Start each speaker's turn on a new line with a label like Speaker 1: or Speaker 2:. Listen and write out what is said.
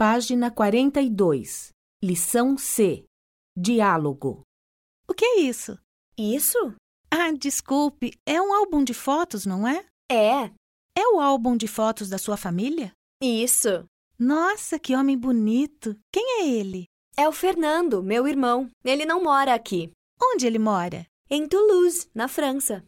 Speaker 1: Página 42. Lição C. Diálogo.
Speaker 2: O que é isso?
Speaker 3: Isso?
Speaker 2: Ah, desculpe, é um álbum de fotos, não é?
Speaker 3: É.
Speaker 2: É o álbum de fotos da sua família?
Speaker 3: Isso.
Speaker 2: Nossa, que homem bonito! Quem é ele?
Speaker 3: É o Fernando, meu irmão. Ele não mora aqui.
Speaker 2: Onde ele mora?
Speaker 3: Em Toulouse, na França.